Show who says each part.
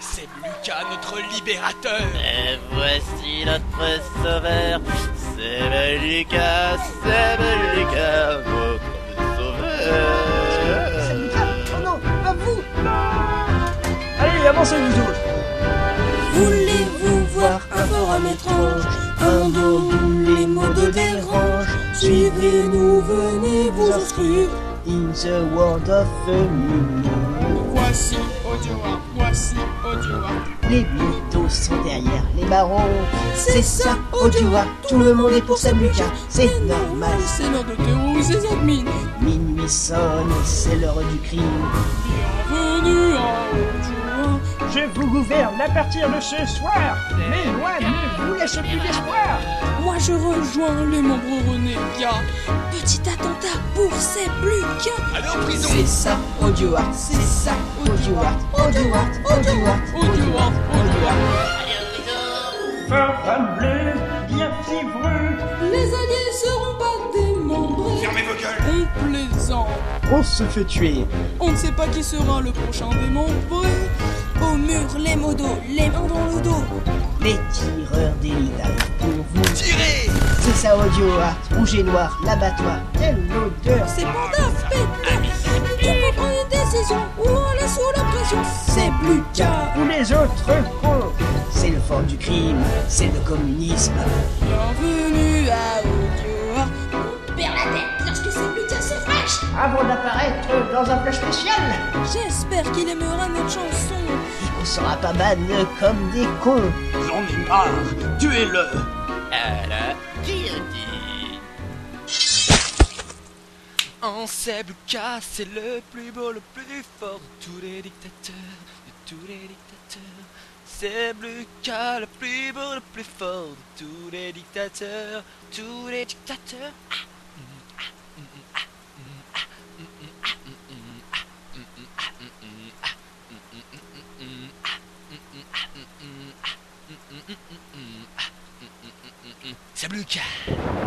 Speaker 1: C'est Lucas, notre libérateur
Speaker 2: Et Eh, voici notre sauveur, c'est Lucas, c'est Lucas, notre sauveur.
Speaker 3: C'est Lucas Oh non Pas vous Allez, avancez vous autres
Speaker 4: Voulez-vous voir un forum étrange Un monde où les mots de dérange Suivez-nous, venez vous inscrire
Speaker 3: In the world of Femini
Speaker 5: Voici Audio Warp, voici Audio Warp.
Speaker 3: Les mythos sont derrière les barreaux
Speaker 4: C'est ça, Audio-Warp, tout le monde est pour Sam Lucas
Speaker 3: C'est normal,
Speaker 5: Les seigneurs de Théo, ses admins.
Speaker 3: minuit sonne, c'est l'heure du crime
Speaker 5: Bienvenue en Audio Warp.
Speaker 6: Je vous gouverne à partir de ce soir. Mais loin ne vous laisse plus d'espoir.
Speaker 5: Moi je rejoins les membres renégats.
Speaker 4: Petit attentat pour Seb Lucas
Speaker 1: Allez en prison
Speaker 3: C'est ça, Audio-Art, c'est ça, Audio-Art, Audio-Art, Audio-Art
Speaker 5: Audio Warp, Audio Warp.
Speaker 6: Forum bleu, bien fibreux.
Speaker 4: Les alliés seront pas démembrés
Speaker 1: Fermez vos gueules
Speaker 5: Complaisant.
Speaker 3: On se fait tuer
Speaker 5: On ne sait pas qui sera le prochain démembré.
Speaker 4: Au mur, les mots d'eau, les mains dans le dos
Speaker 3: Les tireurs d'élite pour vous
Speaker 1: Tirez
Speaker 3: C'est ça, Audio-Art, rouge et noir, l'abattoir Quelle odeur
Speaker 4: C'est Panda,
Speaker 1: Ah,
Speaker 4: pète Tout le monde prend une décision ou on est sous la pression C'est Lucas
Speaker 6: Tous les autres cons.
Speaker 3: C'est le fort du crime, c'est le communisme
Speaker 5: Bienvenue à Audio Warp.
Speaker 4: Perd la tête lorsque Seb Lucas se fâche
Speaker 6: Avant d'apparaître dans un plat spécial.
Speaker 4: J'espère qu'il aimera notre chanson.
Speaker 3: Et qu'on sera pas banne comme des cons
Speaker 1: J'en ai marre Tuez-le
Speaker 2: À la guillotine.
Speaker 1: En Seb Lucas, c'est le plus beau, le plus fort de tous les dictateurs, de tous les dictateurs. Seb Lucas, le plus beau, le plus fort de tous les dictateurs, tous les dictateurs. Ah. Seb Lucas